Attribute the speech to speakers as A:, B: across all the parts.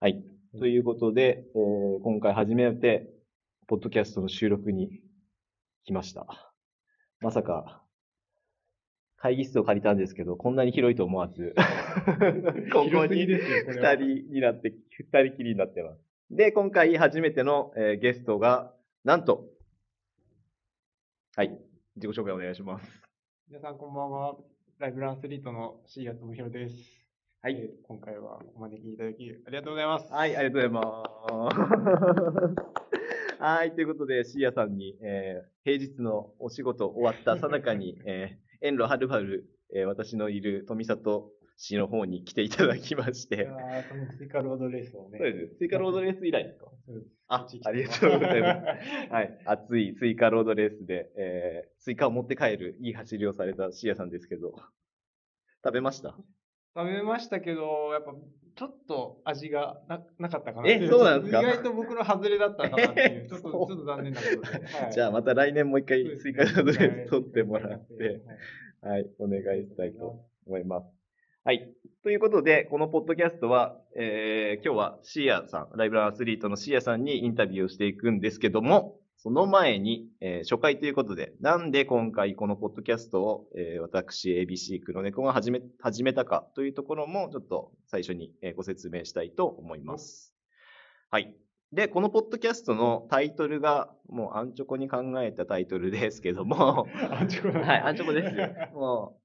A: はい。ということで、えー今回初めて、ポッドキャストの収録に来ました。まさか、会議室を借りたんですけど、こんなに広いと思わず、 ここ
B: 広すぎ
A: に
B: ですよ、これ
A: 二
B: は。
A: 人になって、二人きりになってます。で、今回初めての、えーゲストが、なんと、はい、自己紹介お願いします。
B: 皆さんこんばんは。ライブランアスリートの椎谷智弘です。
A: はい
B: えー今回はお招きいただき、ありがとうございます。
A: はい、ありがとうございます。 はい、ということで、シーヤさんに、えー平日のお仕事終わったさなかに、えー遠路はるばる、えー私のいる富里市の方に来ていただきまし
B: いや
A: て。
B: ーこの追加ロードレースをね。
A: そうです。スイカロードレース以来ですか
B: そうです。
A: あ、ありがとうございます。はい、暑いスイカロードレースで、えースイカを持って帰るいい走りをされたシーヤさんですけど、食べました
B: 食べましたけど、やっぱ、ちょっと味がななかったかな。
A: えそうなんですか
B: 意外と僕の外れだったかなってい
A: え
B: う、ちょっと、ち
A: そ
B: ょ
A: う
B: っと残念なことで。はい
A: じゃあまた来年もう一回スイカロードレース取ってもらっ
B: そうです
A: て
B: ね、はい
A: はい、お願いしたいと思います。はい。ということで、このポッドキャストは、えー、今日はシーアさん、ライブランアスリートのシーアさんにインタビューをしていくんですけども、その前に、えー初回ということで、なんで今回このポッドキャストを、えー私、ABC 黒猫が始め、始めたかというところも、ちょっと最初にえーご説明したいと思います。はい。で、このポッドキャストのタイトルが、もう安直に考えたタイトルですけども、
B: あちょ こ
A: はい、安直ですよ。も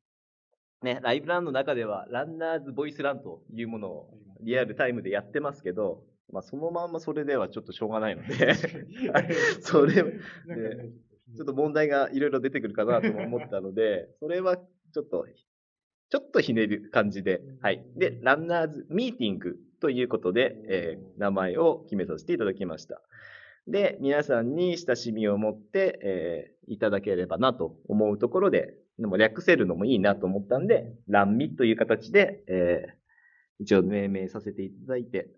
A: う、ね、ライブランの中では、ランナーズボイスランというものをリアルタイムでやってますけど、まあ、そのまんまそれではちょっとしょうがないので、ち それ
B: なんかね
A: ょっと問題がいろいろ出てくるかなとも思ったので、それはちょっと、ちょっとひねる感じで、はい。で、ランナーズミーティングということで、えー名前を決めさせていただきました。で、皆さんに親しみを持って、えーいただければなと思うところで、でも略せるのもいいなと思ったんで、ランミという形で、えー一応命名させていただいて、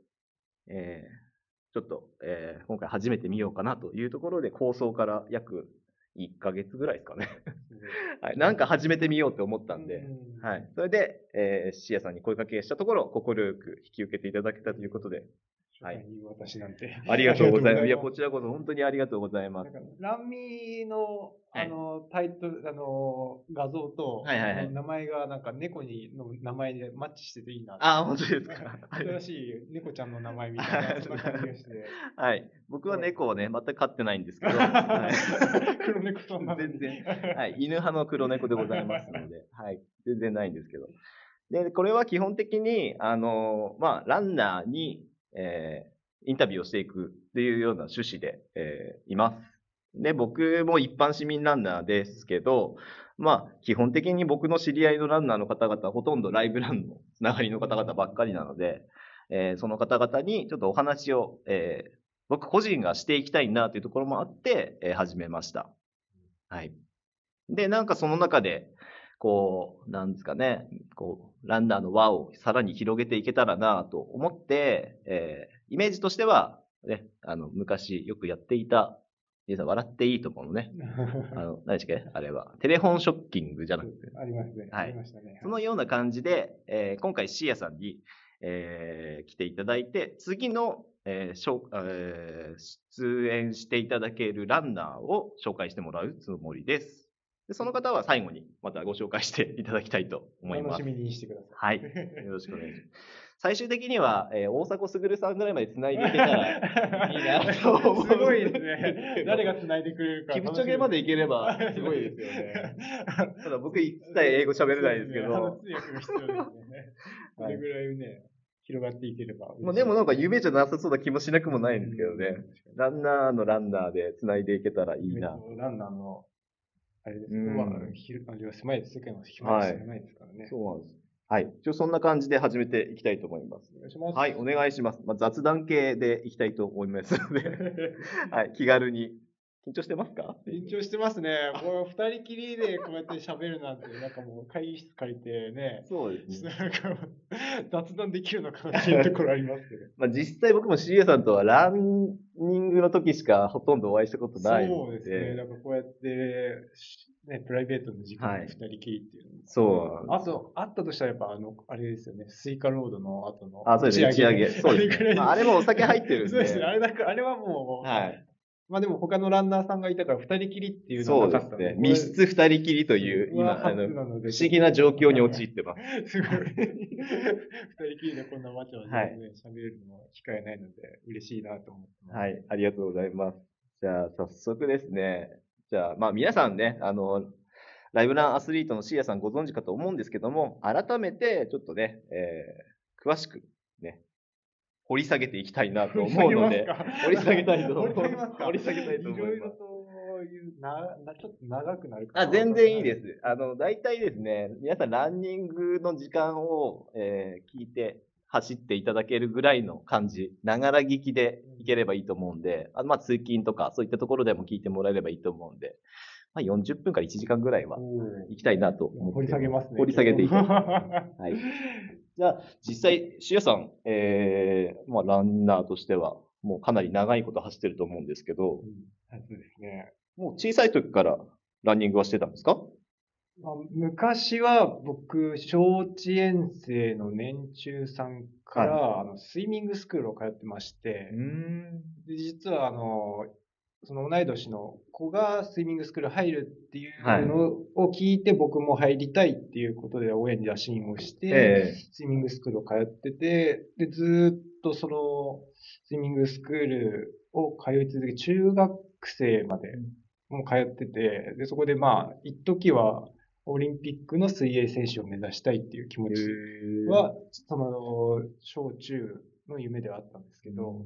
A: えーちょっと、えー今回初めて見ようかなというところで、構想から約1ヶ月ぐらいですかね。 はい、なんか始めてみようって思ったんで、は。い。それで、えー、シアさんに声かけしたところ、快く引き受けていただけたということで、は
B: はいい。私なんて。
A: ありがとうございます。いや、
B: あ
A: こちらこそ本当にありがとうございます
B: なん。かランミの、
A: はい
B: あの、タイトル、あの、画像と、
A: はいはいはい
B: 名前が、なんか、猫に、の名前でマッチしてていいな。
A: あ、本当ですか。
B: 新しい猫ちゃんの名前みた いな、そんな感じがして。
A: はい。僕は猫をね、全く飼ってないんですけど、 は
B: 黒猫さんなのに
A: 全然。い、はい犬派の黒猫でございますの で、はい。全然ないんですけど。で、これは基本的に、あの、まあ、ランナーに、えーインタビューをしていくっていうような趣旨で、えーいます。で、僕も一般市民ランナーですけど、まあ、基本的に僕の知り合いのランナーの方々、ほとんどライブランのつながりの方々ばっかりなので、えーその方々にちょっとお話を、えー僕個人がしていきたいなというところもあって、えー始めました。はい。で、なんかその中で、こう、なんですかね、こう、ランナーの輪をさらに広げていけたらなと思って、えーイメージとしては、ね、あの、昔よくやっていた、皆さん笑っていいところのね、あの、何でしたっけあれは、テレフォンショッキングじゃなくて、
B: ありますね。
A: はい
B: ありましたね。
A: そのような感じで、えー今回、シーヤさんに、えー来ていただいて、次の、えーしょえー出演していただけるランナーを紹介してもらうつもりです。でその方は最後にまたご紹介していただきたいと思いま
B: 楽
A: す
B: し。みにしてください。
A: はい。よろしくお願いします。最終的には、えー大迫傑さんぐらいまで繋いでいけた ら、いいなと思う
B: すごいですね。誰が繋いでくれるか。
A: キムチョゲまでいければすごいですよ ね。ただ僕一切英語喋れないですけど
B: そ、うですねあの 通訳が必要ですね。そ
A: はい
B: れぐらいね、広がっていければ。
A: まあ、でもなんか夢じゃなさそうな気もしなくもないんですけどね。ランナーのランナーで繋いでいけたらいい
B: うん。
A: な。
B: ランナーの、あれで
A: う
B: すね。
A: ん
B: まあ、広あれは狭いです。世界も狭いです狭いですからね。
A: そうなんです。はい。一応そんな感じで始めていきたいと思います。
B: お願いします。
A: はい、お願いします。まあ、雑談系でいきたいと思いますので、 はい、気軽に。緊張してますか
B: 緊張してますね。もう二人きりでこうやって喋るなんて、なんかもう会議室借りてね、
A: そうですね。
B: なんかもう雑談できるのかなっていうところありますけど。
A: まあ、実際僕も CA さんとはランニングの時しかほとんどお会いしたことない
B: そ
A: の
B: う
A: で。
B: ですね。なんかこうやって、しね、プライベートの時間
A: は
B: で
A: い
B: 二人きりっていうのも。
A: そう。
B: あと、あったとしたらやっぱ、あの、あれですよね、スイカロードの後の。
A: あ、そうですね。打ち上げ。そうで
B: あれ
A: す
B: くら
A: ね。
B: い
A: まあ、あれもお酒入ってるんで。
B: そうですね、あれだけあれはもう、
A: はい。
B: まあでも他のランナーさんがいたから二人きりっていうの
A: そ
B: は
A: うで
B: なか
A: す
B: った
A: ね。密室二人きりという、今、あの、不
B: 不
A: 思議な状況に陥ってます。
B: すごい。二人きりでこんなわちゃわちゃ
A: はい
B: ね喋、るのは機会ないので、嬉しいなと思ってます。
A: はい、ありがとうございます。じゃあ、早速ですね。じゃあ、まあ、皆さんね、あの、ライブランアスリートのシーヤさんご存知かと思うんですけども、改めて、ちょっとね、えー詳しく、ね、掘り下げていきたいなと思うので、掘
B: 掘
A: り下げたいと思
B: 掘
A: う
B: り下げますか
A: 掘り下げたいと思います
B: いろいろという、な、な、ちょっと長くなるか
A: あ
B: な
A: 全然いいです。。あの、大体ですね、皆さんランニングの時間を、えー聞いて走っていただけるぐらいの感じ、ながら聞きでいければいいと思うんで、あまあ、通勤とかそういったところでも聞いてもらえればいいと思うんで、まあ、40分から1時間ぐらいは
B: おー
A: 行きたいなと思って
B: 掘り下げますね。
A: 掘り下げて いきたいと思います。
B: は
A: はい。じゃあ、実際、シアさん、えー、まあ、ランナーとしては、もうかなり長いこと走ってると思うんですけど、
B: そうですね。
A: もう小さい時からランニングはしてたんですか
B: まあ、昔は僕、小稚園生の年中さんから、あのスイミングスクールを通ってまして、
A: ん。
B: で実はあの、その同い年の子がスイミングスクール入るっていうのを聞いて、僕も入りたいっていうことで親に打診をして、
A: ええ
B: スイミングスクールを通ってて、で、ずーっとその、スイミングスクールを通い続け、中学生までもう通ってて、で、そこでまあ、一時は、オリンピックの水泳選手を目指したいっていう気持ちは、その、小中の夢ではあったんですけど、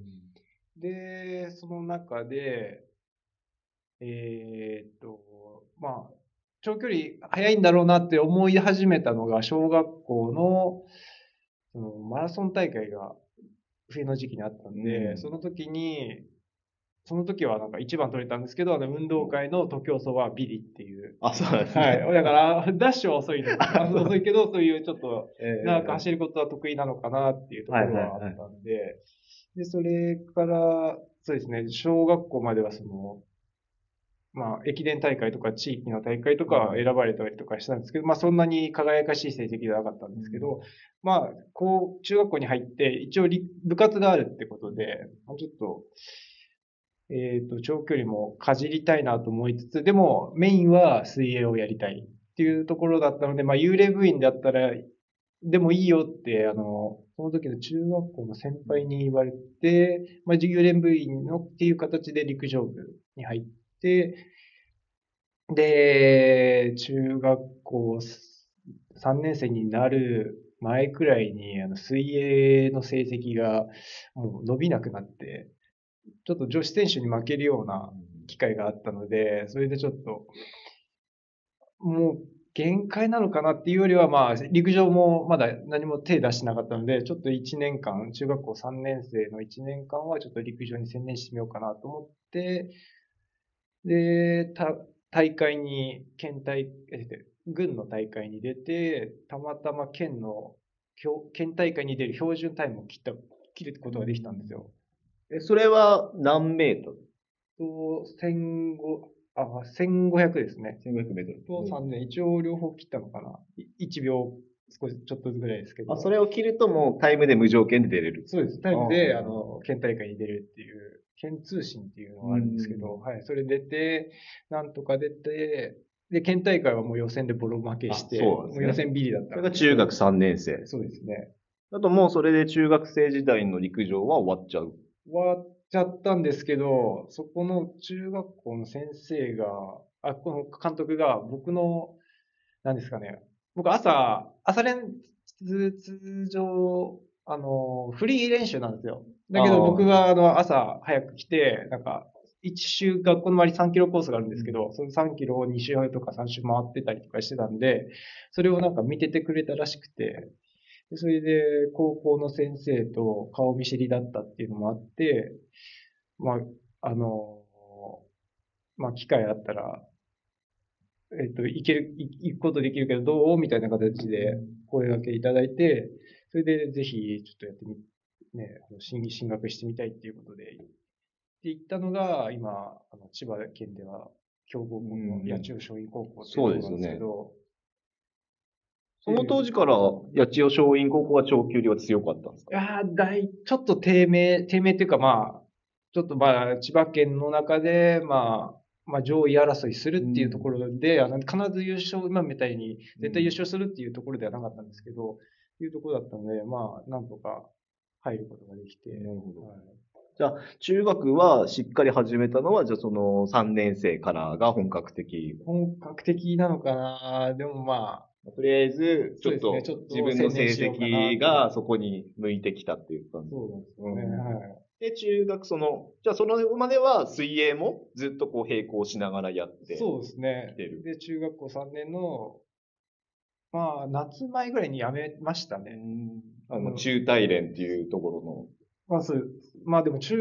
B: で、その中で、えーっと、まあ、長距離速いんだろうなって思い始めたのが、小学校のそのマラソン大会が冬の時期にあったんで、
A: うん
B: その時に、その時はなんか一番取れたんですけど、あの運動会の徒競走はビリっていう。
A: あ、そうなんですね。
B: はい。 だから、ダッシュは遅いの。
A: あそう
B: 遅いけど、そういうちょっと
A: えー
B: 長く走ることは得意なのかなっていうところはあったんで、で、それから、そうですね、小学校まではその、まあ、駅伝大会とか地域の大会とか選ばれたりとかしたんですけど、まあ、そんなに輝かしい成績ではなかったんですけど、まあ、こう、中学校に入って、一応り部活があるってことで、まあちょっと、えっ、と、長距離もかじりたいなと思いつつ、でも、メインは水泳をやりたいっていうところだったので、まあ、幽霊部員だったら、でもいいよって、あの、その時の中学校の先輩に言われて、まあ、授業連部員のっていう形で陸上部に入って、で、中学校3年生になる前くらいに、あの、水泳の成績がもう伸びなくなって、ちょっと女子選手に負けるような機会があったので、それでちょっと、もう限界なのかなっていうよりは、まあ、陸上もまだ何も手出してなかったので、ちょっと1年間、中学校3年生の1年間はちょっと陸上に専念してみようかなと思って、で、た大会に、県大、え軍の大会に出て、たまたま県の、標県大会に出る標準タイムを切った、切ることができたんですよ。
A: えそれは何メートル
B: と、1500、あ、1500ですね。
A: ?1500 メー
B: と3年、一応両方切ったのかな。い1秒少し、ちょっとぐらいですけど。
A: あ、それを切るともうタイムで無条件で出れる。
B: そうです。タイムで、
A: あー
B: あの、県大会に出るっていう、県通信っていうのがあるんですけど、はい。それ出て、なんとか出て、で、県大会はもう予選でボロ負けして、
A: あそうなんですね
B: もう予選ビリだった
A: それが中学
B: 生。
A: 3年生。
B: そうですね。
A: だともうそれで中学生時代の陸上は終わっちゃう。
B: 終わっちゃったんですけど、そこの中学校の先生が、あ、この監督が僕の、なんですかね、僕朝、朝練、通通常、あの、フリー練習なんですよ。だけ
A: あ
B: ど
A: ー
B: 僕があの朝早く来て、なんか、一周、学校の周り3キロコースがあるんですけど、その3キロを2周とか3周回ってたりとかしてたんで、それをなんか見ててくれたらしくて、でそれで高校の先生と顔見知りだったっていうのもあって、まあ、あの、まあ、機会あったら、えっと、行ける、い行くことできるけどどうみたいな形で声掛けいただいて、それでぜひちょっとやってみ、ね、あの進進学してみたいっていうことで、って言ったのが、今、あの千葉県では強豪校
A: うんう
B: の
A: ん
B: 八千代松陰高校っていうところなんですけど、
A: その当時から、八千代松陰高校は長距離は強かったんですか
B: ああ、だい、ちょっと低迷、低迷っていうかまあ、ちょっとまあ、千葉県の中で、まあ、まあ上位争いするっていうところで、あの必ず優勝、今みたいに絶対優勝するっていうところではなかったんですけど、いうところだったので、まあ、なんとか入ることができて、
A: るほど
B: はい
A: 中学はしっかり始めたのは、じゃあその3年生からが本格的。
B: 本格的なのかなでもま
A: とりあえず、ちょっ
B: そう
A: と
B: ですねちょっと
A: 自分の成績がそこに向いてきたっていう感
B: あ、
A: じ。
B: そうなんですよね。
A: うん
B: はい。
A: で、中学その、じゃあそのまでは水泳もずっとこう並行しながらやって。
B: そうですね
A: 来てる。
B: で、中学校3年の、まあ、夏前ぐらいに辞めました
A: う
B: ね。
A: んあの、中大連っていうところ
B: まあ、そうまあでも中、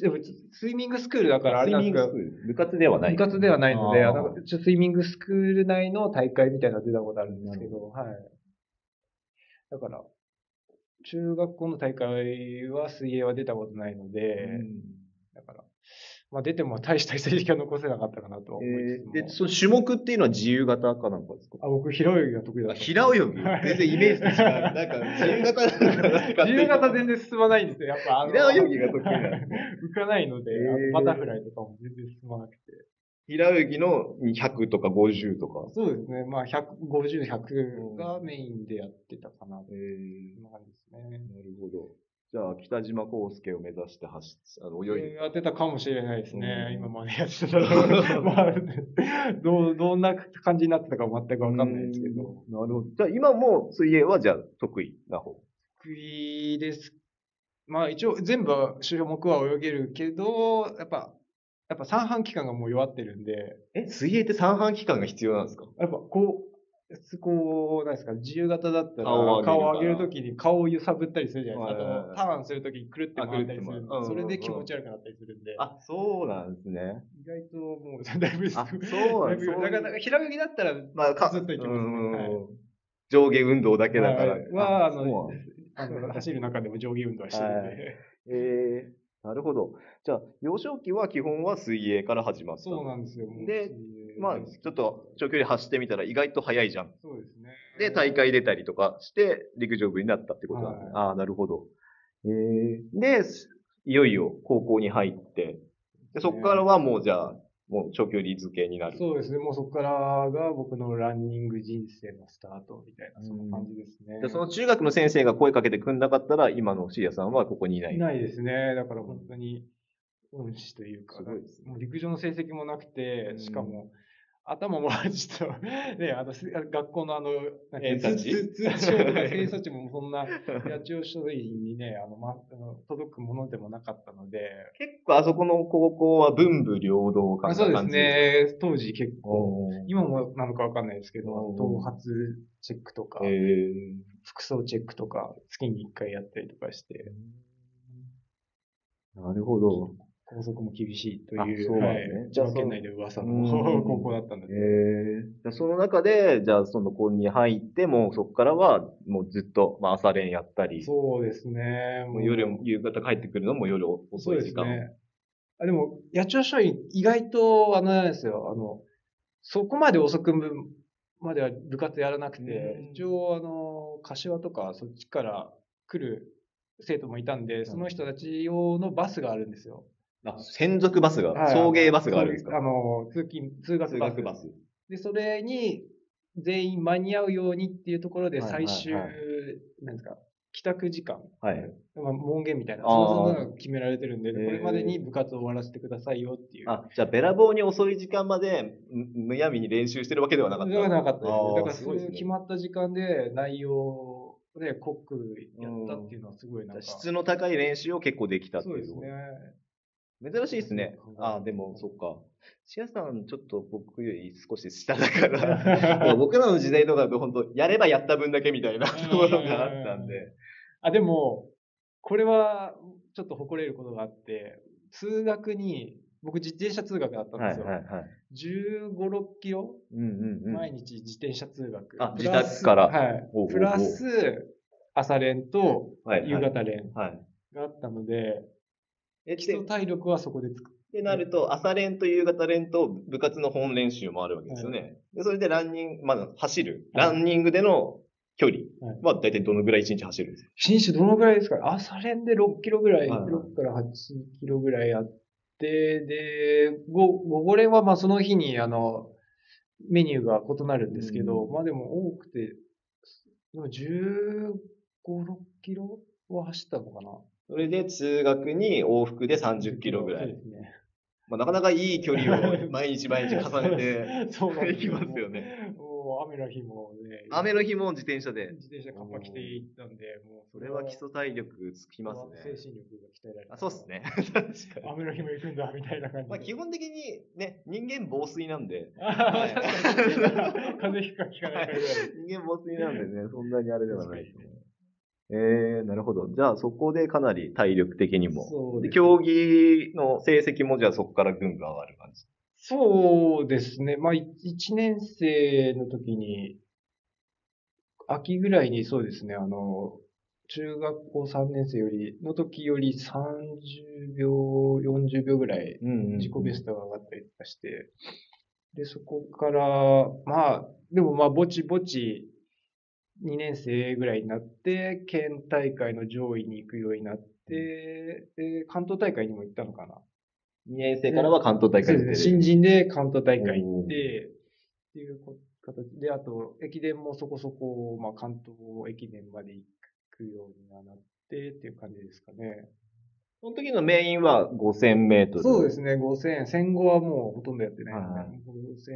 B: でもスイミングスクールだか
A: の、
B: らあれなん
A: スイミ
B: です
A: ン
B: け
A: グスク、
B: ど
A: ール部活ではない。
B: 部活ではないので、
A: あ
B: な
A: ー
B: んかちょスイミングスクール内の大会みたいなの出たことあるんですけど、はい。だから、中学校の大会は水泳は出たことないので、だから、まあ出ても大した成績は残せなかったかなとは
A: う
B: 思
A: ん
B: い
A: えー
B: つつも
A: で、その種目っていうのは自由形かなんかですか
B: あ、僕、平泳ぎが得意だった。
A: 平泳ぎ全然イメージと違う。なんか、自由形なんかなんか
B: 自由形全然進まないんですよ。やっぱ、あの
A: 平泳ぎが得意なんですね。
B: 浮かないので、
A: へー
B: あのバタフライとかも全然進まなくて。
A: 平泳ぎの100とか50とか。
B: そうですね。まあ、150、100がメインでやってたかな、って
A: え
B: いう感じですね。
A: なるほど。じゃあ、北島康介を目指して走っあの泳いで。
B: やってたかもしれないですね。
A: うん
B: 今までやってたら、 まあ、どう、どんな感じになってたか全くわかんないですけど。
A: うん。なるほど。じゃあ、今も水泳はじゃあ得意な方。
B: 得意です。まあ一応全部種目は泳げるけど、やっぱ、やっぱ三半期間がもう弱ってるんで、
A: え、水泳って三半期間が必要なんですか
B: やっぱこう、こう、なんですか、自由形だったら
A: 顔を上げるから
B: 顔を上げるときに顔を揺さぶったりするじゃないです
A: はい
B: か
A: はい。はい
B: あとターンするときにくるって回ったりす
A: あくるっ
B: る
A: て。回る
B: それで気持ち悪くなったりするんで、
A: あ、そうなんですね。
B: 意外ともうだいぶ、
A: あ、そう
B: だ
A: ないんですね
B: ぶ、なかなか平泳ぎだったら、
A: まあ、か
B: ずっといけますね
A: うん
B: はい
A: 上下運動だけだから。
B: はいはあ
A: そ
B: の
A: うなんですね
B: あの走る中でも上下運動はしてるんで。
A: ええなるほど。じゃあ、幼少期は基本は水泳から始まった。
B: そうなんですよ。もう
A: で
B: そういう
A: まあ、ちょっと長距離走ってみたら意外と速いじゃん。
B: そうですね。
A: で、大会出たりとかして、陸上部になったってことなんですね。ああ、なるほど。ええで、いよいよ高校に入って、でそこからはもうじゃあ、もう長距離付けになる。
B: そうですね。もうそこからが僕のランニング人生のスタートみたいな、そんな感じですね。
A: でその中学の先生が声かけてくんなかったら、今のシリアさんはここにいない。
B: いないですね。だから本当に恩師というか、
A: すごいですね
B: もう陸上の成績もなくて
A: う、ん
B: しかも、頭もちょっと、 ね、あの、す学校のあの、
A: 偏差値
B: 通通知表とか偏差値もそ んな、八千代書類にね、あの、ま、あの届くものでもなかったので、
A: 結構あそこの高校は文武両道感
B: あ
A: な
B: そうです
A: 感じですね。
B: ね。当時結構、
A: おー
B: 今もなのかわかんないですけど、あの
A: うん
B: 頭髪チェックとか、
A: ええ
B: 服装チェックとか、月に1回やったりとかして、
A: なるほど。
B: 校則も厳しいと
A: あ
B: いう、
A: そうなんですね
B: はい、
A: じゃあ
B: 千葉県内で噂
A: う
B: の
A: ん
B: 高校だったんで
A: ええじゃあその中で、じゃあその子に入って、もうそこからはもうずっと、まあ、朝練やったり、
B: そうですね。
A: もう夜も、夕方帰ってくるのも夜
B: そ
A: 遅
B: う
A: い
B: で
A: 時
B: す
A: 間。
B: ね。あでも、八千代松陰、意外と、あの、なんですよ、あの、そこまで遅くまでは部活やらなく
A: う
B: て
A: ん、
B: 一応、あの、柏とかそっちから来る生徒もいたんで、その人たち用のバスがあるんですよ。
A: あ、専属バスが、
B: はい
A: 送迎バスがあるんです
B: あ
A: か
B: の、通勤、通学
A: 通
B: バス
A: 学。バス。
B: で、それに全員間に合うようにっていうところで
A: はいはい
B: 最
A: はい
B: 終、なんですか、帰宅時間、
A: はい。
B: まあ、門限みたいな、
A: あー
B: そういうのが決められてるんで、
A: へ
B: こ
A: ー
B: れまでに部活を終わらせてくださいよっていう。
A: あ、じゃあ、べらぼうに遅い時間まで、むむやみに練習してるわけではなかった。
B: ではなかったです
A: あー
B: ね。だから
A: す
B: そ
A: ご
B: う
A: い
B: い
A: です
B: う
A: ね
B: 決まった時間で内容で濃くやったっていうのはすごいなんか。
A: 質の高い練習を結構できたって
B: そう
A: い
B: で
A: う
B: す
A: ところ
B: ね。
A: 珍しいですね
B: そう。か
A: あ、でも、そっか。シアさん、ちょっと僕より少し下だ から、僕らの時代とかだと本当、やればやった分だけみたいなところがあったんで。
B: あ、でも、これはちょっと誇れることがあって、通学に、僕自転車通学だったんですよ。15、6キロ
A: うんうんうん。
B: 毎日自転車通学。
A: あ
B: プラ
A: 自
B: ス
A: 宅から
B: はい
A: ほうほうほう。
B: プラス、朝練と
A: はいはい
B: 夕方練
A: はい。
B: があったので、
A: え、
B: 基
A: 来て
B: 礎体力はそこでつく
A: ってなると、朝練と夕方練と部活の本練習もあるわけですよね。でそれでランニング、まず走る。
B: はい
A: ランニングでの距離
B: はい
A: は大体どのぐらい1日走るんですか
B: 新種どのぐらいですか朝練で6キロぐらい、
A: はいはい
B: 6から8キロぐらいあって、で、午午後練はまあその日にあの、メニューが異なるんですけど、まあでも多くて、でも15、6キロは走ったのかな
A: それで通学に往復で30キロぐら
B: そう
A: い
B: で。
A: まあ、なかなかいい距離 を毎日毎日重ねて
B: すね。 そうなん
A: いきますよね。
B: もう雨の日もね。
A: 雨の日も自転車で。
B: 自転車カッパ着ていったんで、もう
A: それは基礎体力つき
B: き
A: ますね。
B: 精神力が鍛えられる
A: あそうです。ね。確かに。
B: 雨の日も行くんだ、みたいな感じで。
A: まあ、基本的にね、人間防水なんで、
B: あ
A: い
B: あ、確かに。風邪ひくか聞かないかぐらい。
A: 人間没になんでね、そんなにあれではないと思う。えー、なるほど。じゃあそこでかなり体力的にも。
B: そう
A: で
B: です
A: 競技の成績もじゃあそこからぐんぐん上がる感じ。
B: そうですね。まあ、い一年生の時に、秋ぐらいにそうですね、あの、中学校3年生より、の時より30秒、40秒ぐらい
A: うん
B: 自己ベストが上がったりとかして、で、そこから、まあ、でもまあ、ぼちぼち、2年生ぐらいになって、県大会の上位に行くようになって、で関東大会にも行ったのかな。
A: 2年生からは関東大会
B: そう
A: 出
B: で
A: て
B: すね新人で関東大会行って、っていうこ形で、あと、駅伝もそこそこ、まあ、関東駅伝まで行くようにはなって、っていう感じですかね。
A: その時のメインは5000メートル。
B: そうですね、5000、戦後はもうほとんどやってないので、
A: はいはい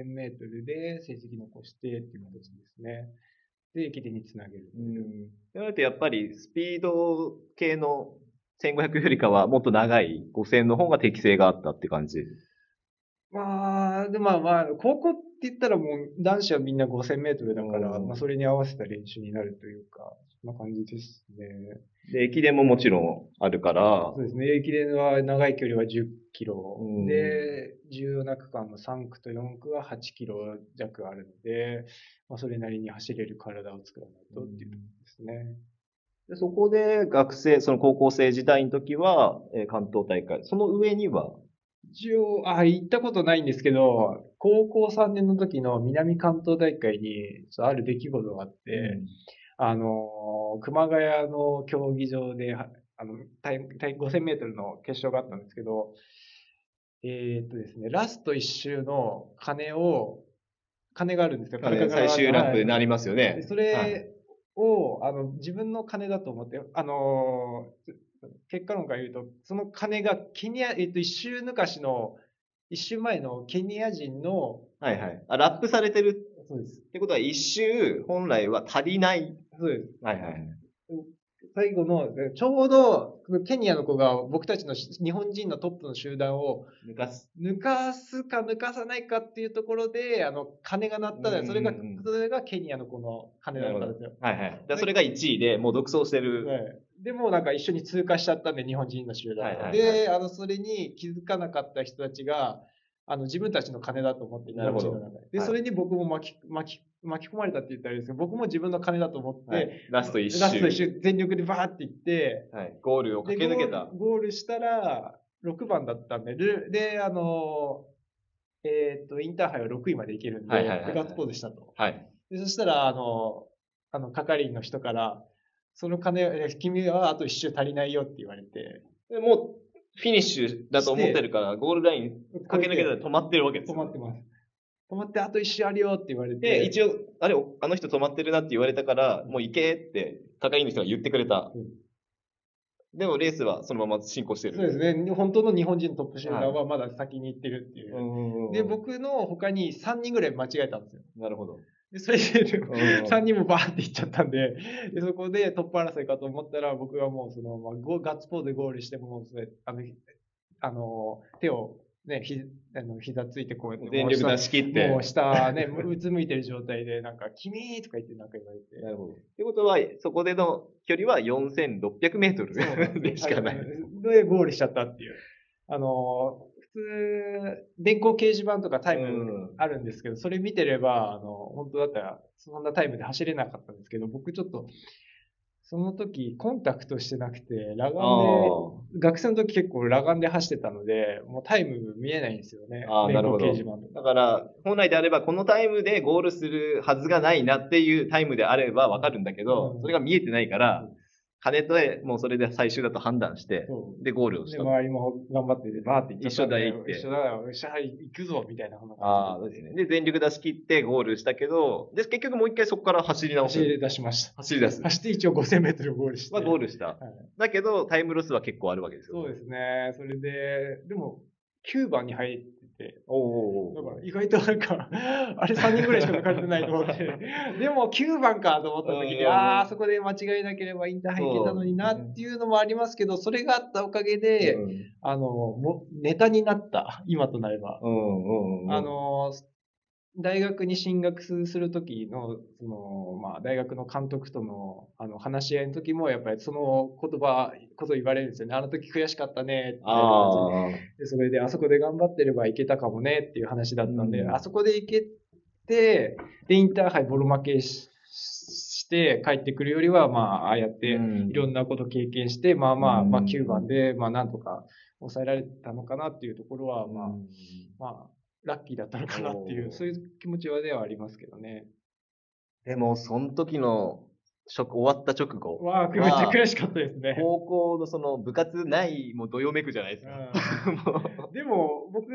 B: 5000メートルで成績残してっていう形ですね。で、駅伝につなげる。
A: うん。そうなるとやっぱりスピード系の1500よりかはもっと長い5000の方が適性があったって感じ。
B: まあ、でまあまあ、高校って言ったらもう男子はみんな5000メートルだから、
A: うん
B: まあそれに合わせた練習になるというか、そんな感じですね。
A: で、駅伝ももちろんあるから
B: そ、うですね、駅伝は長い距離は10キロ、
A: うん
B: で、重要な区間の3区と4区は8キロ弱あるので、まあそれなりに走れる体を作らないとっていうところですね。
A: でそこで学生、その高校生時代の時は、えー関東大会。その上には、
B: 一応、あ、行ったことないんですけど、高校3年の時の南関東大会に、ちょっとある出来事があって、あのー、熊谷の競技場で、はあの、体体5000メートルの決勝があったんですけど、えーっとですね、ラスト1周の鐘を、鐘があるんですよ。
A: あれ最終ラップになりますよね。
B: でそ
A: はい
B: れを、あの、自分の金だと思って、あのー結果論から言うと、その金がケニア、えっと、一周抜かしの、一周前のケニア人の、
A: はいはい。あ、ラップされてる
B: そうです。
A: ってことは、一周、本来は足りない。
B: そうです。
A: はいはい。
B: 最後の、ちょうど、ケニアの子が僕たちのし日本人のトップの集団を
A: 抜かす。
B: 抜かすか抜かさないかっていうところで、あの、鐘が鳴った
A: うんうん
B: で、
A: うん
B: それが、それがケニアの子の鐘だったんですよ。
A: はいはい。だからそれが1位で、もう独走してる。
B: はいでもうなんか一緒に通過しちゃったんで、日本人の集団を、
A: はいはいはい
B: で、あの、それに気づかなかった人たちが、あの、自分たちの金だと思って、日
A: なるほ
B: 本人
A: ど
B: の中で。で、
A: はい
B: それに僕も巻き、巻き、巻き込まれたって言ったらあれですけど、僕も自分の金だと思って、
A: はいラスト1周。
B: ラスト一周全力でバーって行って、
A: はい。ゴールを
B: で
A: 駆け抜けた
B: ゴー。ルゴールしたら、6番だったんで、ルで、あの、えーっと、インターハイは6位まで行けるんで、
A: はいはいはいはい
B: でガッツポーズしたと。
A: はい。
B: で、そしたら、あの、あの、係員の人から、その金、え君はあと一周足りないよって言われて、
A: でもう、フィニッシュだと思ってるから、ゴールライン駆け抜けたら止まってるわけです
B: 止
A: よ。
B: まってます。止まって、あと一周あるよって言われて、
A: で、一応、あれ、おあの人止まってるなって言われたから、もう行けって、係員の人が言ってくれた。
B: うん
A: でも、レースはそのまま進行してる。
B: そうですね、本当の日本人のトップ集団はまだ先に行ってるっていう。
A: うん
B: で、、僕の他に3人ぐらい間違えたんですよ。
A: なるほど。
B: で、それで、3
A: 人
B: 人もバーって行っちゃったんで、でそこでトップ争いかと思ったら、僕はもうそのままゴガッツポーズでゴールして、もうそれあの、ひあの、手をね、ひあの膝ついてこうやって、
A: 全力出し切って。
B: もう下ね、うつむいてる状態で、なんか、君とか言ってなんか言われて。
A: なるほど。ってことは、そこでの距離は4600メートル でしかない。
B: で、ゴールしちゃったっていう。あの、普通、電光掲示板とかタイム、
A: うん
B: あるんですけど、それ見てれば、あの、本当だったら、そんなタイムで走れなかったんですけど、僕ちょっと、その時、コンタクトしてなくて、裸
A: あ
B: 眼
A: ー
B: で、学生の時結構裸眼で走ってたので、もうタイム見えないんですよね。
A: あーなるほど
B: 電光掲示板
A: だから、本来であれば、このタイムでゴールするはずがないなっていうタイムであればわかるんだけど
B: う、ん
A: それが見えてないから、金ともうそれで最終だと判断して、
B: そう
A: で、ゴールをし
B: で、
A: た。
B: 周りも頑張ってて、バーって行っちゃったんで
A: 一緒だ行って
B: 一緒だよ、一緒だよ行くぞ、みたいな。
A: ああ、そうですね。で、全力出し切ってゴールしたけど、で、結局もう一回そこから走り直
B: 走
A: す。
B: り出しました。
A: 走り出す。
B: 走って一応5000メートルゴールして。
A: はゴールした。だけど、タイムロスは結構あるわけですよ。
B: そうですね。それで、でも、9番に入ってて、
A: お
B: だ
A: お
B: か
A: お
B: ら意外となんか、あれ3人ぐらいしか抜かれてないと思って、 でも9番かと思った時に、
A: うん
B: ああ、そこで間違いなければインターハイ行けたのになっていうのもありますけど、それがあったおかげで、あの、もネタになった、今となれば。
A: うんうんうん。
B: あ、の、大学に進学する時の、その、まあ、大学の監督との、あの、話し合いの時も、やっぱりその言葉、こと言われるんですよね。あの時悔しかったね、っていう感じで
A: ああ。
B: で、それで、あそこで頑張ってればいけたかもねっていう話だったんで、
A: うん
B: あそこで行けて、で、インターハイボロ負けしして帰ってくるよりは、まあ、ああやって、いろんなこと経験して、まあまあ、
A: うん
B: まあ9番で、まあなんとか抑えられたのかなっていうところは、まあ、
A: うん
B: まあ、ラッキーだったのかなってい
A: おー
B: う、そういう気持ちはではありますけどね。
A: でも、その時の、食終わった直 後、
B: わあ、めっちゃ悔しかったですね。
A: 高校のその部活ないもどよめくじゃないですか。 もう
B: でも、僕、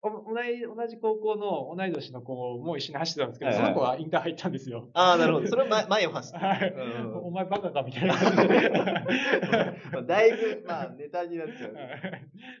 B: お同じ、同じ高校の同い年の子も一緒に走ってたんですけど、
A: はい
B: そ
A: はい
B: の子はインターハイ行ったんですよ。
A: ああ、なるほど。それは前前を走ってる。
B: はい
A: うん
B: お前バカかみたいな 感じで。はい
A: まあだいぶ、まあ、ネタになっちゃう。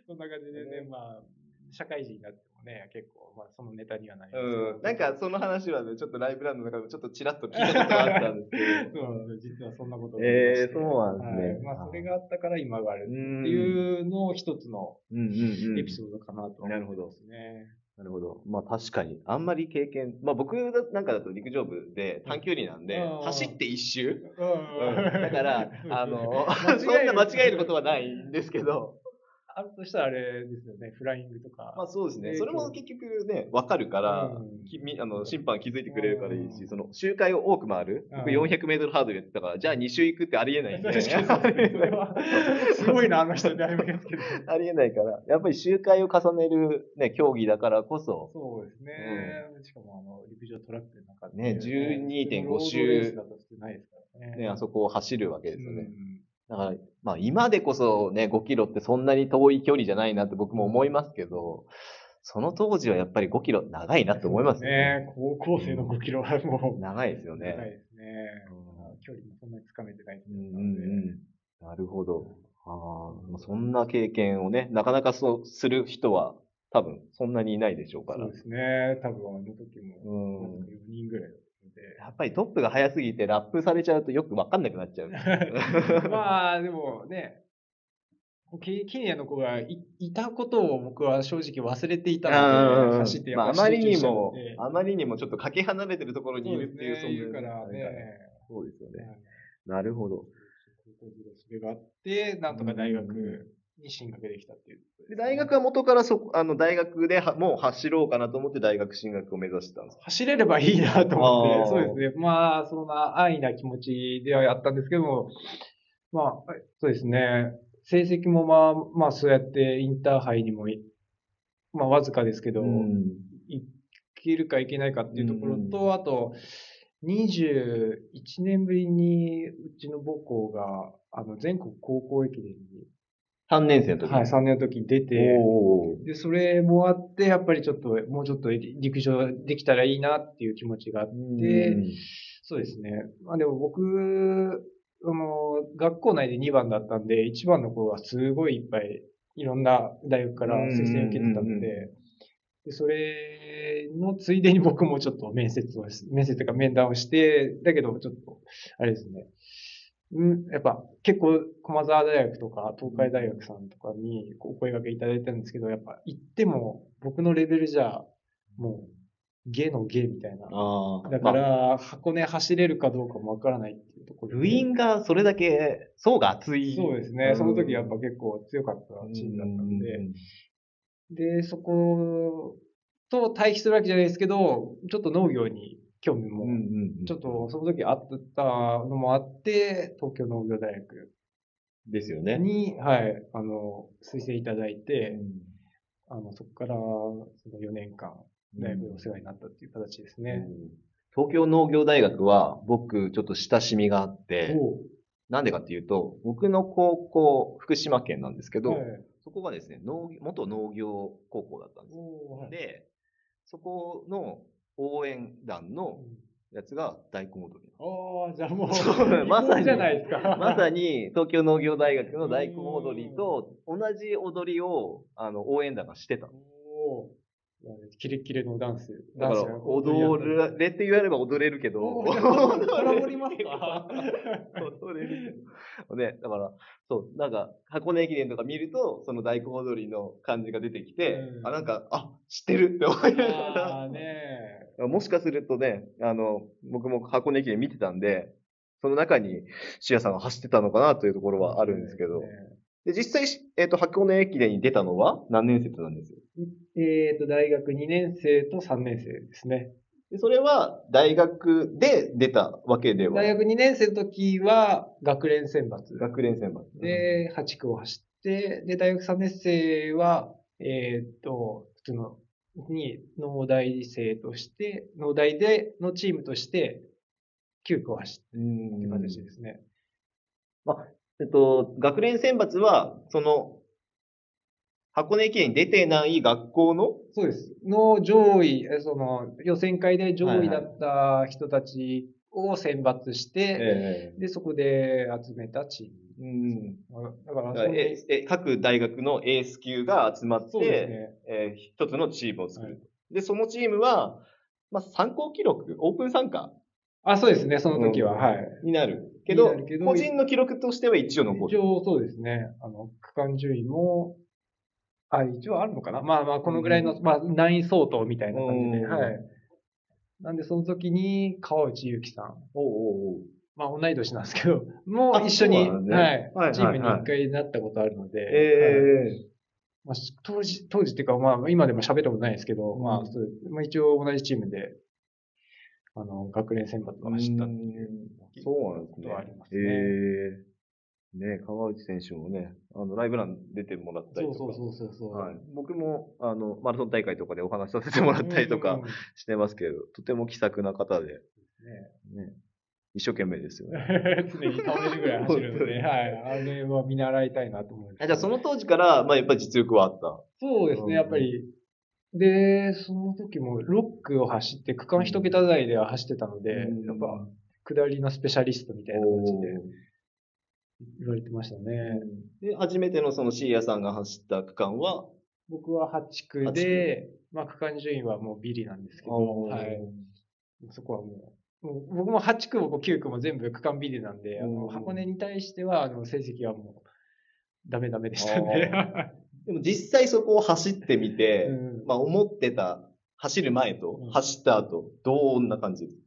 B: そんな感じでね、まあ、社会人になってもね、結構、まあ、そのネタにはなりますけど
A: うん、なんか、その話はね、ちょっとライブランの中でもちょっとちらっと聞いたことがあったんですけど。
B: そう、実はそんなこと
A: えーそうなんですね
B: はいまあ、それがあったから今がある
A: ん
B: っていうのを一つの
A: うんうんうん
B: エピソードかなと思
A: なるほど
B: いますね。
A: なるほど。まあ確かに、あんまり経験、まあ僕なんかだと陸上部で短距離なんで
B: うん、
A: 走って一周、うん
B: うん
A: だ から、あの、
B: 間違える
A: そんな間違えることはないんですけど、
B: あるとしたらあれですよね、フライングとか。
A: まあそうですね。
B: えー
A: それも結局ね、わかるから、
B: うん
A: きみあの審判気づいてくれるからいいうし、
B: ん
A: その周回を多く回る、僕
B: うん
A: 400メートルハードルやってたから、じゃあ2周行くってありえないんで、
B: 確かに、それは、すごいな、あの人、誰もやつけど。
A: ありえないから、やっぱり周回を重ねる、ね、競技だからこそ、
B: そうですね。しかも、あの、陸上トラックの中で。
A: ね12.5
B: ロードレースだとしてないですからね。
A: ね、あそこを走るわけですよね。
B: うん
A: だから、まあ今でこそね、5キロってそんなに遠い距離じゃないなって僕も思いますけど、その当時はやっぱり5キロ長いなって思いますよね。
B: ね高校生の5キロはもう、
A: 長いですよ
B: 長い
A: ね。
B: ですね。
A: う
B: 距離もそんなにつかめてないと
A: んう
B: 思
A: ん
B: う
A: うん
B: ので。
A: うんなるほど。あーまあそんな経験をね、なかなかそうする人は多分そんなにいないでしょうから。
B: そううですね。多分、あの時も、
A: ん
B: 4人ぐらいだったので。
A: やっぱりトップが速すぎてラップされちゃうとよくわかんなくなっちゃう。
B: まあ、でもね、ケケニアの子がいいたことを僕は正直忘れていたので、走ってや
A: まあ、
B: っ
A: あ
B: ぱ
A: まり
B: 集中
A: に
B: しちゃうの
A: も
B: で、
A: あまりにもちょっとかけ離れてるところにい
B: そう
A: る
B: で
A: っ
B: す
A: ていう
B: ね、いる
A: 存在
B: から
A: がね
B: ね。
A: そうですよね。
B: うん
A: なるほど。
B: 高校時代それがあって、なんとか大学に進学できたっていうこと
A: で
B: ですね、
A: 大学は元からそこ、あの、大学ではもう走ろうかなと思って大学進学を目指してたんですか
B: 走れればいいなと思
A: あー
B: って、そうですね。まあ、そんな安易な気持ちではあったんですけども、まあ、そうですね。成績もまあ、まあ、そうやってインターハイにもい、まあ、わずかですけど、いけるかいけないかっていうところ
A: うん
B: と、あと、21年ぶりに、うちの母校が、あの、全国高校駅伝に、
A: 3年生の時。
B: はい、3年の時に出て、
A: おー
B: で、それもあって、やっぱりちょっと、もうちょっと陸上できたらいいなっていう気持ちがあって、
A: うん
B: そうですね。まあでも僕、あの、学校内で2番だったんで、1番の頃はすごいいっぱい、いろんな大学から推薦を受けてた
A: うんうんうんうん
B: ので、でそれのついでに僕もちょっと面接をし、面接というか面談をして、だけどちょっと、あれですね。うん、やっぱ結構駒沢大学とか東海大学さんとかにお声掛けいただいたんですけど、やっぱ行っても僕のレベルじゃ、もう、ゲのゲみたいな。
A: ああ。
B: だか
A: まあ、
B: ら、箱根走れるかどうかもわからないっていうところで。
A: 部員がそれだけ層が厚い。
B: そうですね。その時やっぱ結構強かったチームだったんで。で、そこと対比するわけじゃないですけど、ちょっと農業に興味も、
A: うんうんうん
B: ちょっとその時あったのもあって、東京農業大学
A: ですよね。
B: に、はい、あの、推薦いただいて、
A: う
B: あの、そこから、その4年間、
A: ん
B: だいぶお世話になったっていう形ですね。
A: うん東京農業大学は僕ちょっと親しみがあって、
B: お
A: なんでかっていうと、僕の高校、福島県なんですけど、
B: はい
A: そこがですね、農業元農業高校だったんですよ。
B: おはい
A: で、そこの応援団のやつが大工踊り。
B: ああ、じゃあも
A: そう
B: う、
A: まさに
B: じゃないです か。
A: まさ
B: に。
A: に東京農業大学の大工踊りと同じ踊りをあの応援団がしてたの。
B: おーいやキレッキレのダンス。
A: だから
B: ダンスが
A: 踊。れ って言われれば踊れるけど、
B: おー
A: 踊
B: じゃ
A: れ
B: あコラボりますか
A: 踊れるけど。 ね、だから、そう、なんか、箱根駅伝とか見ると、その大工踊りの感じが出てきて、
B: うん
A: あ、なんか、あ、知ってるって思いながら。
B: ああね え。
A: もしかするとね、あの、僕も箱根駅伝見てたんで、その中にシアさんが走ってたのかなというところはあるんですけど。
B: ね
A: で、実際、えっ、と、箱根駅伝に出たのは何年生だったんですよ。
B: えっ、と、大学2年生と3年生ですね。
A: で、それは大学で出たわけでは
B: 大学2年生の時は学連選抜
A: 学連選抜。
B: で8区を走って、で、大学3年生は、えっ、と、普通の、に、農大生として、農大で、のチームとして、9区を走っ
A: うん、
B: てる形ですね。
A: えっと、学連選抜は、その、箱根駅伝に出てない学校の
B: そうです。の上位、えその、予選会で上位だった人たちを選抜して、
A: え
B: で、そこで集めたチーム。
A: うん。
B: だから
A: だからええ各大学のエース級が集まって、
B: そうですね。
A: えー一つのチームを作る。
B: はい
A: で、そのチームは、まあ、参考記録、オープン参加
B: あ、そうですね、その時
A: う
B: は。
A: ん
B: はい。
A: になるけど
B: になるけど
A: 個人の記録としては一応残
B: 一
A: る。
B: 応そうですね、あの、区間順位も、あ、一応あるのかなまあまあ、このぐらいの、
A: うん
B: まあ、難易相当みたいな感じで、
A: うん
B: はい。なんで、その時に、川内優輝さん、
A: おうおう
B: まあ、同い年なんですけど、も
A: あ
B: う一緒に、
A: そうなんですねはいはいは
B: はいい、チームに一回なったことあるので、
A: え
B: はい
A: え
B: まあ、し当時、当時っていうか、まあ、今でも喋ったことないですけど、
A: うん
B: まあ、そうまあ、一応同じチームで、あの、学連選抜を走ったっていう。
A: うんそうなんです
B: ことはあります
A: ね。
B: ね
A: ええね川内選手もね、あの、ライブ欄出てもらったり
B: そ
A: と
B: う
A: か。
B: そうそうそうそう。
A: はい、僕も、あの、マラソン大会とかでお話しさせてもらったりと
B: う
A: か
B: んうんう
A: してますけど、とても気さくな方で、
B: ん。ね
A: ね、一生懸命ですよね。
B: 常に倒れるぐらい走るので、はい。あれは見習いたいなと思います。
A: あじゃあその当時から、まあやっぱり実力はあった。
B: そうです
A: うん
B: ね、やっぱり。で、その時もロックを走って、区間一桁台では走ってたので、
A: うん
B: やっぱ、下りのスペシャリストみたいな感じで言われてましたね。
A: で、初めてのそのシーヤさんが走った区間は、
B: 僕は8区で、まあ区間順位はもうビリなんですけど、はい。そこはもう、もう僕も8区も9区も全部区間ビリなんで、あ
A: う
B: の
A: ん
B: 箱根に対しては、あの、成績はもう、ダメダメでしたね。
A: でも実際そこを走ってみて、
B: うん
A: まあ思ってた、走る前と
B: うん
A: 走った後、どんな感じです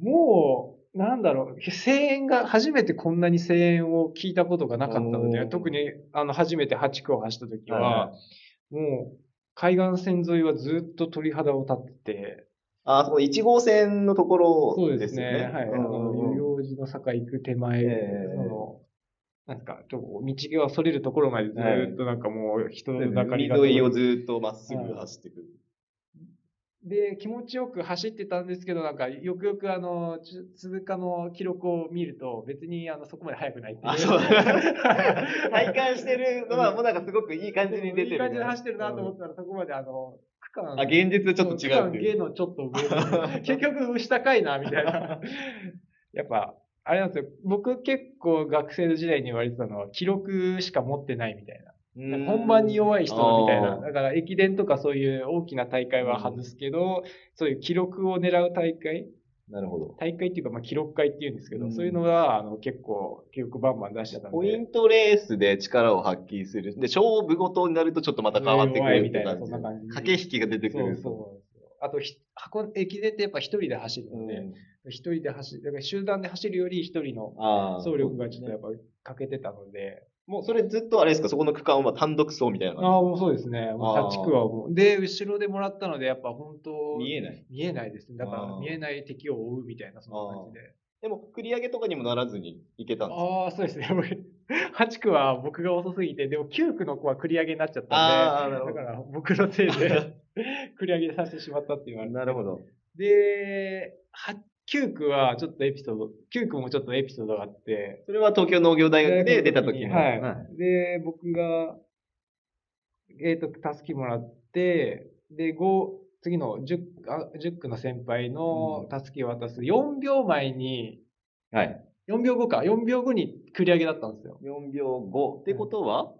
B: もう、なんだろう、声援が、初めてこんなに声援を聞いたことがなかったの
A: お
B: で、
A: ー
B: 特に、あの、初めて8区を走った時
A: か
B: は、もう、海岸線沿いはずっと鳥肌を立ってて、
A: あ、その1号線のとこ
B: そ
A: ろ
B: うで
A: ですすよ
B: ね、
A: ね。
B: はい、あ
A: うん
B: の、
A: うんうん
B: 用事の坂行く手
A: え
B: 前、
A: え
B: その、なんか、ちょっと道がそれるところまでずっとなんかもう人だかりが。
A: 海沿いをずっとまっすぐ走ってくる。
B: で、気持ちよく走ってたんですけど、なんか、よくよく、あの、ちゅ通過の記録を見ると、別に、あの、そこまで速くないっていう。
A: あ そう体感してるのは、もうなんかすごくいい感じに出てる、
B: いい感じで走ってるなと思ったら、そこまで、あの、区間。
A: あ、現実とちょっと違うって
B: 区
A: い
B: 間ゲ
A: う。
B: のちょっと 上。結局、下かいな、みたいな。 やっぱ、あれなんですよ。僕結構学生時代に言われてたのは、記録しか持ってないみたいな。本番に弱い人はみたいな。だから駅伝とかそういう大きな大会は外すけど、そういう記録を狙う大会
A: なるほど。
B: 大会っていうか、まあ、記録会っていうんですけど、
A: うん
B: そういうのは、あの、結構、記録バンバン出してたんで。
A: ポイントレースで力を発揮する。で、勝負ごとになるとちょっとまた変わってくるって感じ。
B: 弱いみたいなそんな感じ
A: 駆け引きが出てく
B: そう
A: る。
B: そうなんですよ。あとひ、箱、駅伝ってやっぱ一人で走るの
A: う
B: で、
A: ん
B: 一、人で走る、だから集団で走るより一人の
A: あー
B: 走力がちょっとやっぱ欠けてたので、
A: もうそれずっとあれですか、そこの区間は単独走みたいな
B: ああ、
A: 感
B: もうそうですね。もう
A: あー
B: 8区はもう。で、後ろでもらったので、やっぱ本当
A: じ。見えない。
B: 見えないですね。だか
A: あ
B: ら
A: ー
B: 見えない敵を追うみたいな、そんな感じで。
A: でも、繰り上げとかにもならずに行けたんですか
B: ああ、そうですね。8区は僕が遅すぎて、でも9区の子は繰り上げになっちゃった
A: あー
B: ん
A: な
B: で
A: る、ほ
B: だ
A: ど
B: から僕のせいで 繰り上げさせてしまったって言われて。
A: なるほど。
B: で、は9区はちょっとエピソード、9区もちょっとエピソードがあって、
A: それは東京農業大学で出た時の
B: はい。で、僕が、えっ、と、助けもらって、で、五次の 10, あ10区の先輩の助けを渡す4秒前に、
A: はい。
B: 4秒後か、4秒後に繰り上げだったんですよ。
A: 4秒5。ってことは、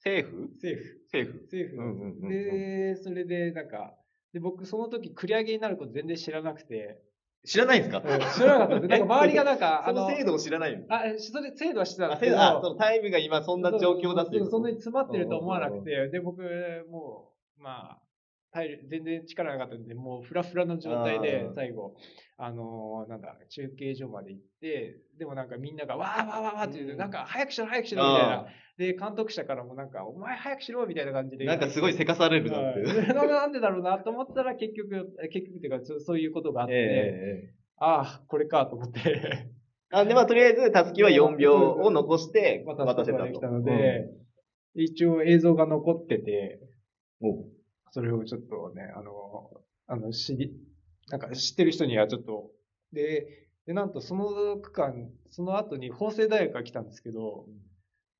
A: セーフ
B: セーフ。
A: セーフ。
B: セーフ
A: う
B: なん
A: ん
B: で
A: うんう
B: す
A: んうん
B: で、それで、なんか、で、僕、その時、繰り上げになること全然知らな くて、
A: 知らないんですか
B: 知らなかったです。なんか、周りがなんか、
A: そ
B: あ
A: の
B: の、
A: 制度を知らないんです。
B: あ、えそれ、制度はしてたんで
A: あ、
B: すけ
A: 制
B: ど、
A: 度、あ、そのタイムが今そんな状況だってい
B: そう
A: こ
B: うそ
A: と。
B: んなに詰まってると思わなくて、で、僕、もう、まあ、体力全然力なかったんで、もうフラフラの状態で
A: あー、
B: 最後、あのーなんだ、中継所まで行って、でもなんかみんなが、わーわーわーわーって言う
A: う
B: と、
A: ん
B: なんか、早くしろ、早くしろ、みたいな
A: あ。
B: で、監督者からもなんか、お前早くしろ、みたいな感じ
A: ー
B: で。
A: なんかすごいせかされるなっていう。
B: はいなんかなんでだろうなと思ったら、結局、え結局っていうか、そうそういうことがあっ て、
A: ええ
B: ああ、これかと思って、
A: あで、まあ、とりあえず、たすきは4秒を残して
B: また
A: 渡せた
B: で
A: と
B: きたので、、一応映像が残ってて、
A: うんおう
B: それをちょっとね、あの、あの、知り、なんか知ってる人にはちょっと、で、で、なんとその区間、その後に法政大学が来たんですけど、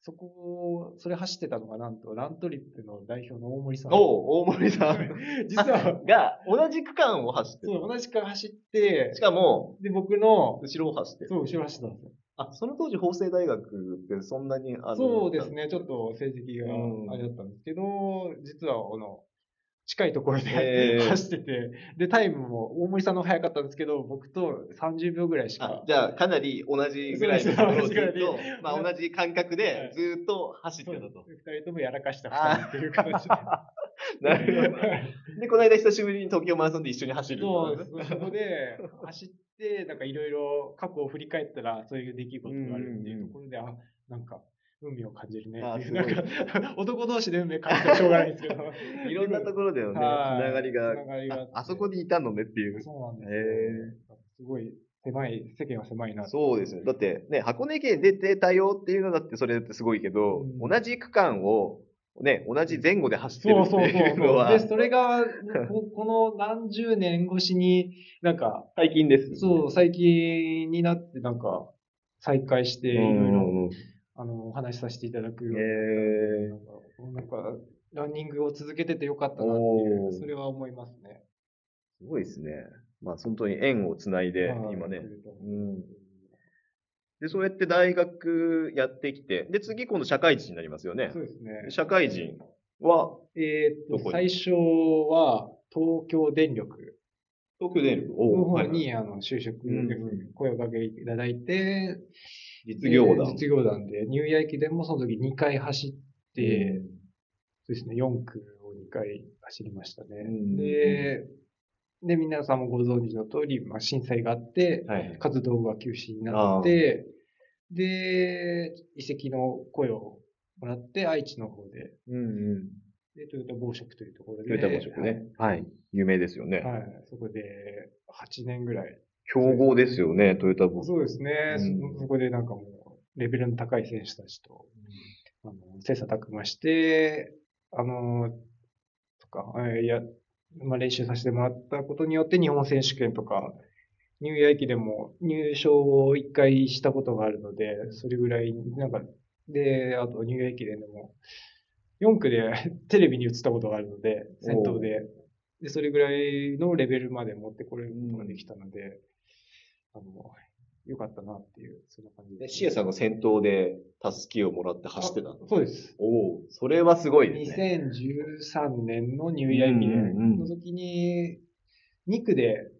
B: そこを、それ走ってたのがなんと、ラントリップの代表の大森さん。
A: おう大森さん
B: 実は、
A: が同じ区間を走って
B: そう、同じから走って
A: る。し、かも、
B: で、僕の、
A: 後ろを走ってる。
B: そう、後ろ走ってたんですよ。
A: あ、その当時、法政大学ってそんなに、あの、
B: そうですね、ちょっと成績
A: うん
B: があれだったんですけど、実は、あの、近いところ
A: へ
B: で
A: ー
B: 走ってて、で、タイムも大森さんの方が早かったんですけど、僕と30秒ぐらいし
A: あ
B: か。
A: じゃあ、かなり同じぐらいのところをずっ
B: そう
A: と、まあ、同じ感覚でずっと走って
B: そう
A: た
B: です
A: と。
B: 二人ともやらかした二人っていう感じで。
A: なるほど。 で、この間久しぶりに東京マラソンで一緒に走るってこと
B: そう
A: ですね。
B: です。そこで走って、なんかいろいろ過去を振り返ったら、そういう出来事があるっていうところで、あ、なんか、運命を感じるね
A: あ
B: っていう。
A: すごい
B: なんか、 男同士で運命感じたらしょうがないんですけ ど。
A: いろんなところでのね、つ
B: はい
A: ながりが
B: つながりがって
A: あ、あそこにいたのねっていう。
B: そうなん
A: へ
B: ですよ。すごい狭い、世間は狭いなと
A: そうですよ。だってね、箱根駅伝出てたよっていうのだってそれだってすごいけど、
B: うん
A: 同じ区間をね、同じ前後で走って
B: そ
A: る
B: う
A: って
B: そうそ
A: いうの
B: う。
A: は
B: で、それが、ここの何十年越しに、なんか、
A: 最近ですよね。
B: そう、最近になって、なんか、再開して、い
A: うん
B: ろい
A: う
B: ろ、
A: んうん
B: あの、お話しさせていただくように
A: えー
B: なんか、なんかランニングを続けててよかったなってい
A: おー
B: う、それは思いますね。
A: すごいですね。まあ、本当に縁をつないで、
B: はい
A: 今ね。。
B: う
A: うん。で、そうやって大学やってきて、で、次今度社会人になりますよね
B: そ。うですね。
A: 社会人は、
B: えー
A: どこ
B: っ、
A: とに
B: 最初は、東京電力
A: 特電力
B: の
A: を
B: 方に、あの、就職で声をかけていただいて、
A: 実業
B: で
A: 団。
B: 実業団で、ニューイヤー駅伝もその時2回走って、そうですね、4区を2回走りましたね。
A: うん
B: で、で、皆さんもご存知の通り、まあ、震災があって、
A: はい。
B: 活動が休止になって、で、遺跡の声をもらって、愛知の方で、
A: うんうん。
B: で、トヨタ暴食というところで。
A: トヨタ合宿ね。はい。有名ですよね。
B: はい。はい。そこで、8年ぐらい。
A: 強豪ですよね、トヨタ合宿。
B: そうですね。
A: うん
B: そそこでなんかもう、レベルの高い選手たちと、あの、切磋琢磨して、あの、とか、えーいや、まあ、練習させてもらったことによって日本選手権とか、ニューイヤー駅でも入賞を一回したことがあるので、それぐらい、なんか、で、あとニューイヤー駅伝でも、4区で テレビに映ったことがあるので、先頭で、で、それぐらいのレベルまで持ってこれることができたので、あの、良かったなっていう、そんな感じ
A: で
B: です。
A: シエさんが先頭でたすきをもらって走ってたの。
B: そうです。
A: おおう、それはすごいですね。
B: 2013年のニューイヤー駅
A: うんうんうん
B: 伝の時に、2区で、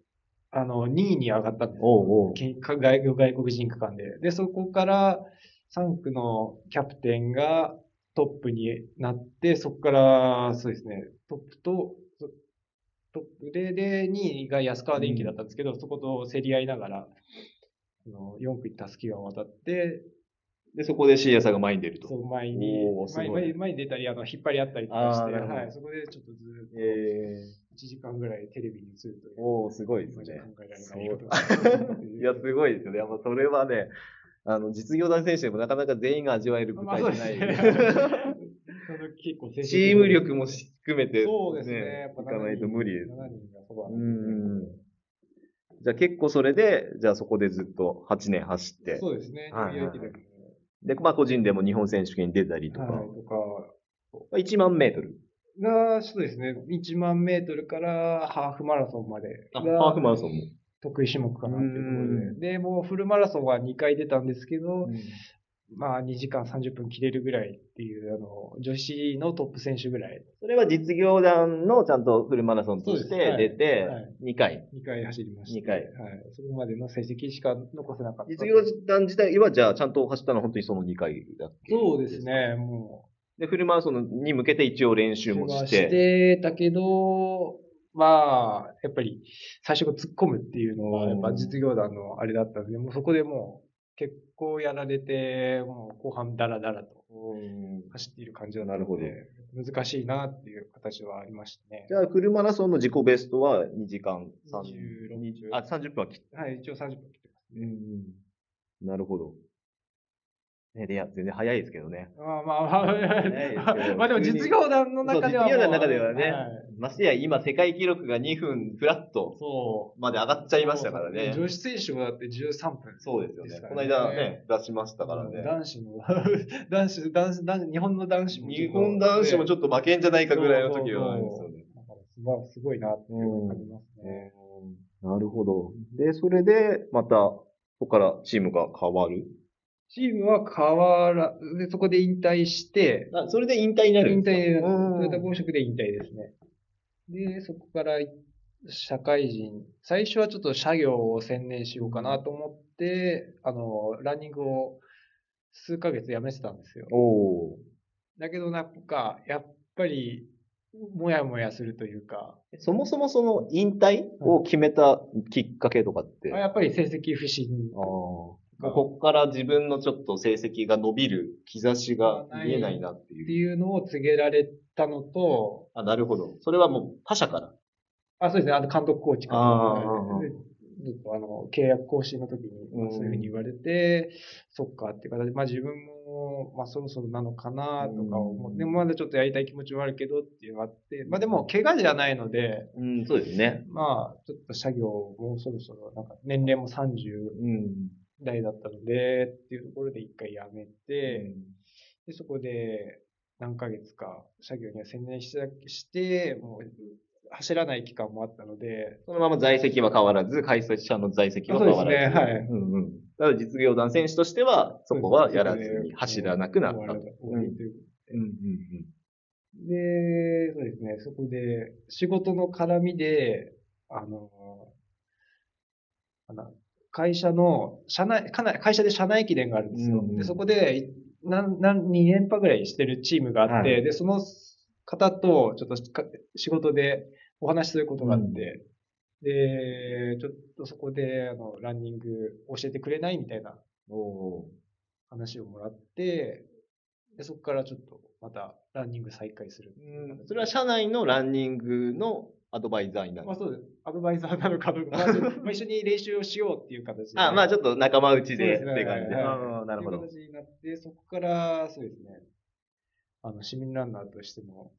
B: あの、2位に上がったんですよ。
A: おうおう
B: 結果外国外国人区間で。で、そこから3区のキャプテンがトップになって、そこから、そうですね、トップと、そトップで、で、2位が安川電機だったんですけど、そこと競り合いながら、あの4区にたすきが渡って、
A: で、そこで椎谷さんが前に出ると。
B: そう、前に
A: おー、すごい
B: 前前前に出たり、あの、引っ張り合ったりとかし
A: あー
B: て、
A: なるほど
B: はい、そこでちょっとずっと、
A: え
B: 1時間ぐらいテレビに映るという。
A: おーすごいですね
B: 今じゃ考えられないことだ
A: ー、いや、すごいですよね。やっぱそれはね、あの、実業団選手でもなかなか全員が味わえる舞
B: まあ
A: 台
B: そうで
A: じゃ
B: す
A: ない。
B: ね。 その結構精神的に
A: チーム力も含めて、
B: そうですね。やっぱ
A: いかないと無理です。
B: 7人がそば
A: う。ん。じゃあ結構それで、じゃあそこでずっと8年走って、
B: そうですね。
A: はいはいはい
B: ニューヨーク
A: で、まあ個人でも日本選手権に出たり
B: で
A: とか、
B: もはい、とか、
A: 1万メートル。
B: が、そうですね。1万メートルからハーフマラソンまで
A: あ、
B: が
A: ハーフマラソンも。
B: 得意種目かなっていうとこ
A: う
B: ろで。で、もうフルマラソンは2回出たんですけど、
A: うん
B: まあ2時間30分切れるぐらいっていう、あの、女子のトップ選手ぐらい、
A: それは実業団のちゃんとフルマラソンとし
B: そうです
A: て
B: はい
A: 出て
B: はい、
A: 2回。
B: 2回走りました。
A: 二回
B: はい。そこまでの成績しか残せなかった。
A: 実業団自体はじゃあちゃんと走ったのは本当にその2回だっけ
B: そうです。ね、も
A: で、フルマラソンに向けて一応練
B: う。
A: 習もし。
B: してたけど、まあ、やっぱり最初が突っ込むっていうのは、やっぱ実業団のあれだったんで、もうそこでもう結構やられて、もう後半ダラダラと
A: うん
B: 走っている感じだったの
A: なるほど
B: で、難しいなっていう形はありましたね
A: じ。ゃあフルマラソンの自己ベストは2時間30
B: 26
A: あ、30分は切っ
B: はい、一応30分切ってますね。
A: なるほど。ね、で、いや、全然早いですけどね。
B: まあまあまあ
A: ないですけど、
B: まあでも実業団の中ではもう。
A: そう実業団の中ではね
B: い
A: ましてや、今、世界記録が2分フラット
B: そう。
A: まで上がっちゃいましたからね。
B: 女子選手もだって13分。
A: そうですよね。
B: から
A: この間ね、出しましたからね。
B: 男子も、 男子、男子、男子日本の男子も。
A: 日本男子もち
B: ょっ
A: ょっと負けんじゃないかぐらいの時はあるんですよね。
B: と。だからすごいすごいなっていう感じますね。
A: なるほど。で、それで、また、ここからチームが変わる。
B: チームは変わら、でそこで引退して、
A: あ、それで引退になる
B: 引
A: んです
B: 退、
A: かうん
B: トヨタ公職で引退ですね。で、そこから社会人、最初はちょっと社業を専念しようかなと思って、あの、ランニングを数ヶ月やめてたんですよ。
A: おー
B: だけどなんか、やっぱり、もやもやするというか、
A: そもそもその引退を決めたきっかけとかって。
B: やっぱり成績不振
A: ああ。ここから自分のちょっと成績が伸びる兆しが見えないなって
B: って
A: いう。
B: いうのを告げられたのと、
A: あ、なるほど。それはもう他者から。
B: あ、そうですね、あの監督コーチから
A: あー
B: でずっとあの契約更新の時にまあそういうふうに言われて、そっかっていう形で、まあ自分も、まあそろそろなのかなとか思っ
A: うん
B: て、でもまだちょっとやりたい気持ちはあるけどっていうのがあって、まあでも怪我じゃないので、
A: うん、そうですね。
B: まあちょっと作業もそろそろ、なんか年齢も30
A: うん。
B: 代だったので、っていうところで一回辞めて、で、そこで何ヶ月か作業には専念して、してもう走らない期間もあったので、
A: そのまま在籍は変わらず、開催者の在籍は変わらず。
B: そうですねはい
A: うんうん。ただ実業団選手としては、そこはやらずに走らなくなった
B: 終
A: と。
B: わ
A: うん
B: りだ終わりという
A: うん
B: で、そうですね、そこで、仕事の絡みで、あの、あの会社の、社内、かな会社で社内駅伝があるんですよ。
A: うんうん
B: で、そこで、なん、なん、2連覇ぐらいしてるチームがあって、
A: はい
B: で、その方と、ちょっとか仕事でお話しすることがあって、で、ちょっとそこで、あの、ランニング教えてくれないみたいな
A: うん。おー
B: 話をもらって、で、そこからちょっと、また、ランニング再開する。
A: それは社内のランニングのアドバイザーになる
B: まあ。そうです。アドバイザーなのかどうか、まあちょっとまあ一緒に練習をしようっていう形で。
A: あ、まあ
B: ょ
A: ちょっと仲間
B: っ
A: 内でって感じで。あー
B: なるほど。っていう形になって、そこから、そうですね。あの、市民ランナーとしての、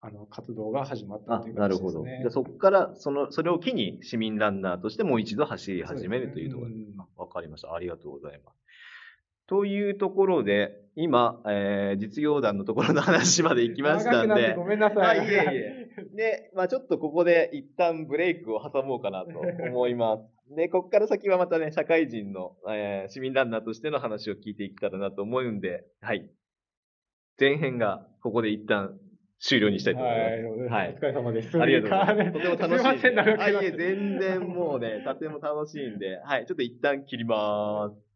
B: あの、活動が始まった
A: あ
B: という、
A: な
B: 形で
A: る
B: すね
A: ほ。ど。じゃあそこから、その、それを機に市民ランナーとしてもう一度走り始めるというところ
B: そ
A: で
B: うですねうん
A: わかりました。ありがとうございます。というところで、今、えー実業団のところの話まで行きました
B: 長く
A: ん
B: なって
A: で
B: ご、めんな
A: あ
B: さい。
A: いえいえ。 で、まあちょっとここで一旦ブレイクを挟もうかなと思います。で、ここから先はまたね、社会人の、えー市民ランナーとしての話を聞いていけたらなと思うんで、はい。前編がここで一旦終了にしたいと思います。はい
B: はい。お疲れ様 です。
A: ありがとうござい ます。とても楽しい。
B: すいません、長くな
A: あ、い
B: っ
A: え、
B: て。
A: 全然もうね、とても楽しいんで、はい、ちょっと一旦切りまーす。